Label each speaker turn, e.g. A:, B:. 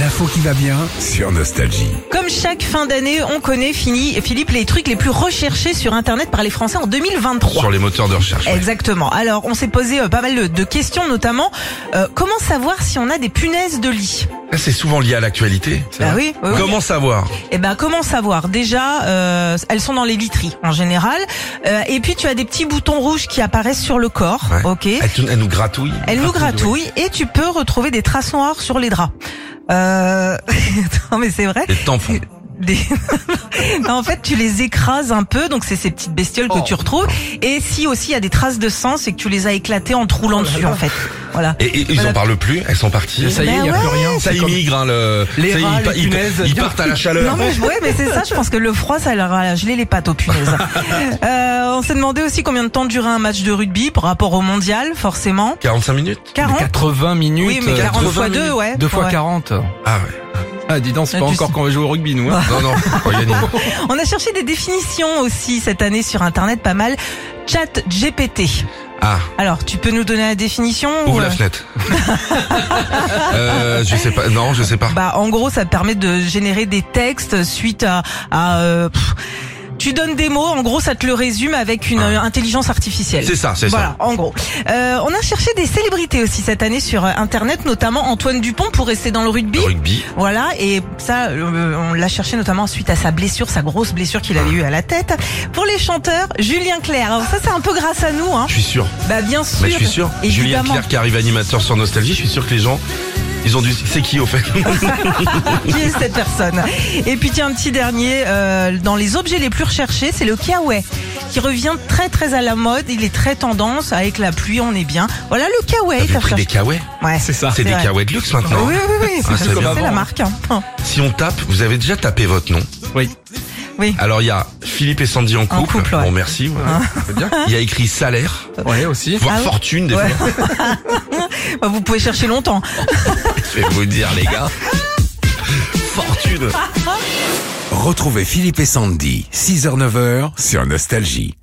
A: L'info qui va bien sur Nostalgie.
B: Comme chaque fin d'année, on connaît, fini, Philippe, les trucs les plus recherchés sur Internet par les Français en 2023.
C: sur les moteurs de recherche. ouais.
B: Exactement. Alors, on s'est posé euh, pas mal de, de questions, notamment euh, comment savoir si on a des punaises de lit
C: Ça, C'est souvent lié à l'actualité.
B: Bah oui. oui, oui.
C: Comment savoir
B: Eh ben, comment savoir Déjà, euh, elles sont dans les literies en général. Euh, et puis, tu as des petits boutons rouges qui apparaissent sur le corps.
C: Ouais.
B: Ok.
C: elle, tou- elle nous gratouille.
B: Elle nous gratouille et tu peux retrouver des traces noires sur les draps. Euh... non mais c'est vrai.
C: Les tampons.
B: Des- Non, en fait, tu les écrases un peu, donc c'est ces petites bestioles
D: Oh.
B: que tu retrouves. Et si aussi il y a des traces de sang, c'est que tu les as éclatées
D: Oh
B: en te roulant dessus, en fait. Voilà.
C: Et, et ils en parlent plus. Elles sont parties.
D: Ça y est, il
B: Ben
D: n'y a
B: ouais.
D: plus rien.
C: Ça
D: C'est comme-
C: immigre. Hein, le...
D: Les
C: ça y est,
D: rats,
C: ils pa-
D: les
C: ils, pa-
D: punaises.
C: ils partent à la
B: Non
D: Euh,
C: chaleur.
B: mais ouais, mais c'est ça. Je pense que le froid, ça leur a gelé les pattes aux punaises. Euh, on s'est demandé aussi combien de temps durait un match de rugby par rapport au mondial, forcément.
C: 45 minutes
B: 40.
D: 80 minutes.
B: Oui, mais 40 fois 2, ouais.
D: 2 fois
B: Ouais.
D: 40.
C: Ah ouais.
D: Ah, dis donc, c'est
B: Ah,
D: pas
B: tu
D: encore
B: sais.
D: qu'on va jouer au rugby, nous. hein.
C: Non, non. Oh, on gagne.
B: On a cherché des définitions aussi cette année sur internet, pas mal. Chat GPT.
C: Ah,
B: Alors, tu peux nous donner la définition ou,
C: ouvre la
B: euh,
C: fenêtre. euh, je sais pas. Non, je sais pas.
B: Bah, en gros, ça permet de générer des textes suite à. à, euh, pff, tu donnes des mots, en gros, ça te le résume avec une euh, intelligence artificielle.
C: C'est ça, c'est
B: Voilà, en gros. Euh, on a cherché des célébrités aussi cette année sur euh, Internet, notamment Antoine Dupont pour rester dans le rugby.
C: ça. Le rugby.
B: Voilà, et ça, euh, on l'a cherché notamment suite à sa blessure, sa grosse blessure qu'il
C: Ah.
B: avait eue à la tête. Pour les chanteurs, Julien Clerc. Alors ça, c'est un peu grâce à nous, hein.
C: Je suis sûr.
B: Bah bien sûr.
C: Mais je suis sûr. Julien
B: évidemment.
C: Clerc qui arrive animateur sur Nostalgie. Je suis sûr que les gens, ils ont dû. C'est qui au
B: Ah
C: fait
B: Qui est cette personne Et puis tiens, un petit dernier. euh, dans les objets les plus recherchés, c'est le kawaii qui revient très très à la mode. Il est très tendance. Avec la pluie, on est bien. Voilà le kawaii.
C: J'ai
B: t'as
C: pris des
B: recherché.
C: kawaii.
B: Ouais.
D: C'est ça.
C: C'est des
B: Ah, vrai.
C: kawaii de luxe
B: Oui,
C: maintenant.
B: oui, oui, oui,
C: Ah,
B: c'est
C: c'est
B: c'est
C: bien.
B: la marque. hein. Hein.
C: Si on tape, vous avez déjà tapé votre nom.
D: Oui.
B: Oui.
C: Alors il y a Philippe et Sandy en couple.
B: couple, ouais.
C: Bon merci. ouais.
D: C'est bien.
C: Il y a écrit salaire,
D: Ouais, aussi.
C: voire
B: Ah oui
C: fortune des
B: Ouais.
C: fois.
B: Bah, Vous pouvez chercher longtemps.
C: Je vais vous dire les gars. Fortune.
A: Retrouvez Philippe et Sandy, 6h-9h sur Nostalgie.